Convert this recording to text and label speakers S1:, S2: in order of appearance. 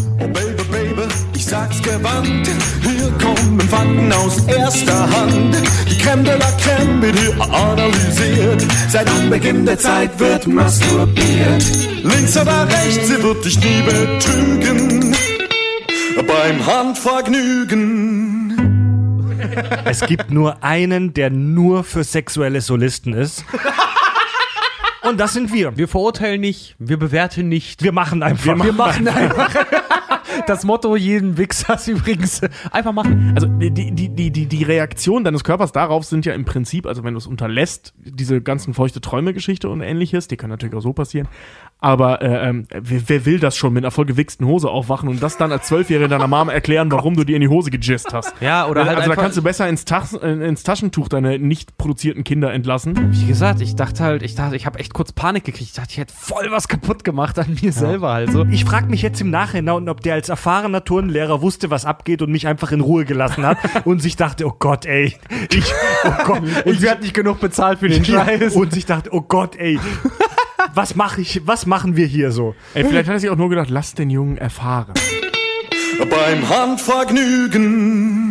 S1: Oh Baby, Baby, ich sag's gewandt. Hier kommen Fakten aus erster Hand. Die Creme de la Creme wird hier analysiert. Seit Anbeginn der Zeit wird masturbiert. Links oder rechts, sie wird dich nie betrügen. Beim Handvergnügen.
S2: Es gibt nur einen, der nur für sexuelle Solisten ist. Und das sind wir.
S3: Wir verurteilen nicht, wir bewerten nicht.
S2: Wir machen einfach.
S3: Wir machen einfach. Das Motto jeden Wichsers übrigens. äh, Einfach machen.
S4: Also die, die, die, die, die Reaktion deines Körpers darauf sind ja im Prinzip, also wenn du es unterlässt, diese ganzen feuchte Träume-Geschichte und ähnliches, die kann natürlich auch so passieren. Aber äh, ähm, wer, wer will das schon mit einer vollgewichsten Hose aufwachen und das dann als Zwölfjährige deiner Mama erklären, warum du dir in die Hose gejist hast?
S3: Ja, oder halt
S4: also da
S3: einfach-
S4: kannst du besser ins, Tas äh, ins Taschentuch deine nicht produzierten Kinder entlassen.
S3: Wie gesagt, ich dachte halt, ich dachte, ich habe echt kurz Panik gekriegt. Ich dachte, ich hätte voll was kaputt gemacht an mir selber halt so.
S2: Ich frage mich jetzt im Nachhinein, ob der als erfahrener Turnlehrer wusste, was abgeht und mich einfach in Ruhe gelassen hat und sich dachte, oh Gott, ey, ich, oh Gott, und,
S3: Ich werde nicht genug bezahlt für den Scheiß.
S2: und sich dachte, oh Gott, ey, was mache ich, was machen wir hier so?
S4: Ey, vielleicht hat er sich auch nur gedacht, lass den Jungen erfahren.
S1: Beim Handvergnügen.